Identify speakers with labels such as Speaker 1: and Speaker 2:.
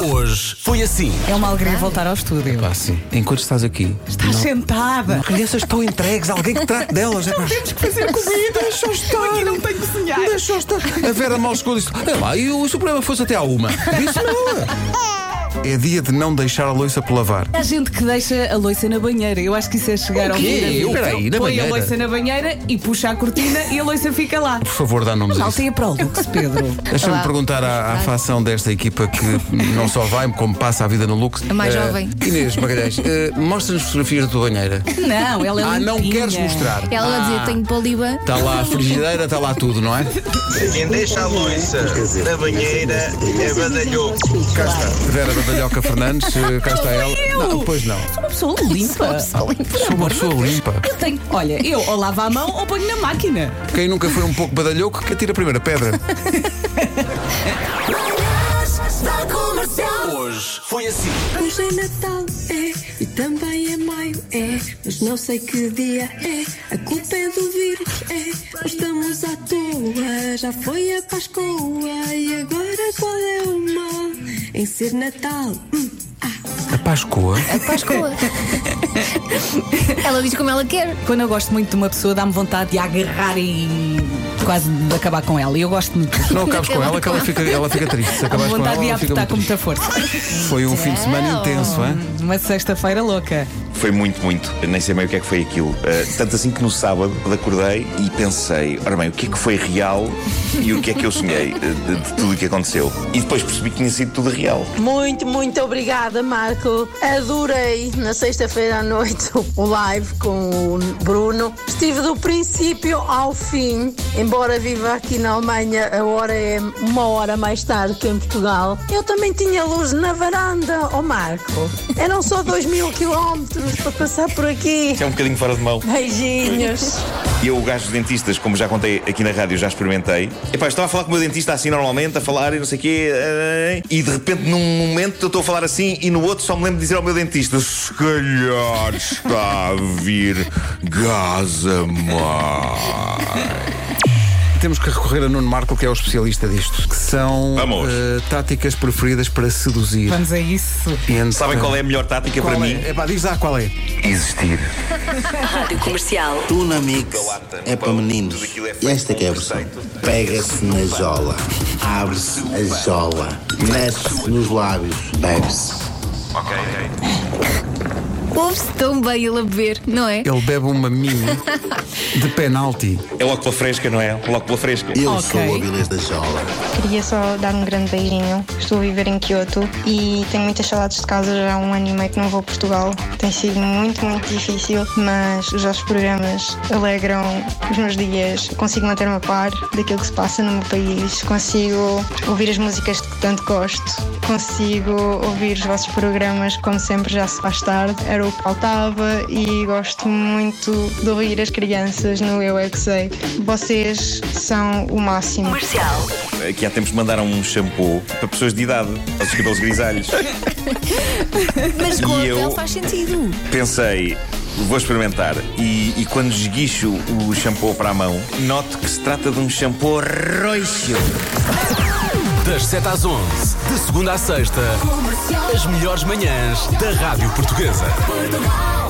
Speaker 1: hoje foi assim.
Speaker 2: É uma alegria voltar ao estúdio.
Speaker 1: Pá, sim. Enquanto estás aqui,
Speaker 2: Estás sentada.
Speaker 1: as crianças estão entregues, alguém que trate delas. É pá,
Speaker 2: Temos que fazer comida.
Speaker 1: deixa eu estar.
Speaker 2: Aqui não tem que sonhar.
Speaker 1: Deixa eu estar. A Vera mal chegou e disse: É lá, e o Supremo fosse até à uma. Disse não. É dia de não deixar a louça por lavar.
Speaker 2: Há gente que deixa a loiça na banheira. Eu acho que isso é chegar
Speaker 1: O
Speaker 2: ao
Speaker 1: quê?
Speaker 2: fim da vida.
Speaker 1: Espera aí, na
Speaker 2: Põe
Speaker 1: banheira?
Speaker 2: a loiça na banheira e puxa a cortina e a loiça fica lá.
Speaker 1: Por favor, dá nomes a isso.
Speaker 2: Malta é prólux, Pedro.
Speaker 1: Deixa-me
Speaker 3: Olá.
Speaker 1: perguntar à, à facção desta equipa que não só vai, como passa a vida no Lux.
Speaker 3: A mais
Speaker 1: Eh,
Speaker 3: jovem.
Speaker 1: Inês Magalhães, eh, mostra-nos fotografias da tua banheira.
Speaker 2: Não, ela é
Speaker 1: ah, não
Speaker 2: limpinha.
Speaker 1: queres mostrar?
Speaker 3: Ela
Speaker 1: Ah.
Speaker 3: dizia: tenho poliba.
Speaker 1: Está lá a frigideira, está lá tudo, não é?
Speaker 4: Quem deixa a louça na banheira é badalhoco.
Speaker 1: Cá está. Vera Badalhoca Fernandes, eh, cá está ela. Não, pois não. Ah,
Speaker 2: Sou uma pessoa limpa.
Speaker 1: Sou uma pessoa limpa.
Speaker 2: Eu tenho. Olha, eu ou lavo a mão ou ponho na máquina.
Speaker 1: Quem nunca foi um pouco badalhoco, que atira a primeira pedra.
Speaker 4: Hoje foi assim.
Speaker 5: Hoje é Natal, é, e também é maio, é, mas não sei que dia é, a culpa é do vírus, é, nós estamos à toa, já foi a Páscoa, e agora qual é o mal em ser Natal? Hum,
Speaker 1: A Páscoa.
Speaker 3: Páscoa. ela diz como ela quer.
Speaker 2: Quando eu gosto muito de uma pessoa, dá-me vontade de a agarrar e quase de acabar com ela. E eu gosto muito.
Speaker 1: Se não acabes com ela, que ela fica, ela fica triste. Se
Speaker 2: Dá-me
Speaker 1: acabares com
Speaker 2: vontade
Speaker 1: ela,
Speaker 2: de a
Speaker 1: ela fica
Speaker 2: apertar
Speaker 1: muito
Speaker 2: com
Speaker 1: triste.
Speaker 2: muita força.
Speaker 1: Foi um fim de semana intenso, hein?
Speaker 2: Uma sexta-feira louca.
Speaker 6: Foi muito, muito. Eu nem sei bem o que é que foi aquilo. Uh, tanto assim que no sábado acordei e pensei: ora bem, o que é que foi real e o que é que eu sonhei uh, de, de tudo o que aconteceu? E depois percebi que tinha sido tudo real.
Speaker 7: Muito, muito obrigada, Marco. Adorei na sexta-feira à noite o live com o Bruno. Estive do princípio ao fim, embora viva aqui na Alemanha, a hora é uma hora mais tarde que em Portugal. Eu também tinha luz na varanda, ó Marco. Eram só dois mil quilómetros para passar por aqui.
Speaker 6: Isso é um bocadinho fora de mão.
Speaker 7: Beijinhos.
Speaker 6: E eu, o gajo dos dentistas, como já contei aqui na rádio, já experimentei. Epá, eu estava a falar com o meu dentista assim normalmente, a falar e não sei o quê. eh, E de repente, num momento, eu estou a falar assim e no outro só me lembro de dizer ao meu dentista: se calhar está a vir gás a mais.
Speaker 1: Temos que recorrer a Nuno Marco, que é o especialista disto. Que são
Speaker 6: Vamos.
Speaker 1: eh, táticas preferidas para seduzir.
Speaker 2: Vamos a isso.
Speaker 1: Então,
Speaker 6: Sabem qual é a melhor tática
Speaker 1: qual
Speaker 6: para
Speaker 1: é?
Speaker 6: mim?
Speaker 1: Epá, diz lá qual é.
Speaker 6: Existir.
Speaker 8: Tuna Mix é para meninos.
Speaker 6: tudo aquilo é
Speaker 8: E
Speaker 6: feito
Speaker 8: esta que é a
Speaker 6: com
Speaker 8: versão.
Speaker 6: receita.
Speaker 8: Pega-se na jola, abre-se a jola, mexe nos lábios, bebe-se.
Speaker 6: Ok, ok.
Speaker 3: Ouve-se tão bem ele a beber, não é?
Speaker 1: Ele bebe uma mini de penalti.
Speaker 6: É logo pela fresca, não é? Logo pela fresca.
Speaker 8: Eu
Speaker 2: Ok.
Speaker 8: sou o Avilés da Jola.
Speaker 9: Queria só dar um grande beijinho. Estou a viver em Kyoto e tenho muitas saudades de casa. Já há um ano e meio que não vou a Portugal. Tem sido muito, muito difícil, mas os vossos programas alegram os meus dias. Consigo manter-me a par daquilo que se passa no meu país. Consigo ouvir as músicas que tanto gosto. Consigo ouvir os vossos programas, como sempre, já se faz tarde. Era o que faltava e gosto muito de ouvir as crianças no Eu É Que Sei. Vocês são o máximo.
Speaker 6: Aqui há tempos mandaram um shampoo para pessoas de idade, aos cabelos grisalhos.
Speaker 3: Mas com
Speaker 6: E
Speaker 3: ele
Speaker 6: eu-
Speaker 3: faz sentido.
Speaker 6: Pensei, vou experimentar. E, e quando esguicho o shampoo para a mão, noto que se trata de um shampoo roxo.
Speaker 1: Das 7 às 11, de segunda à sexta, as melhores manhãs da Rádio Portuguesa.
Speaker 5: ah.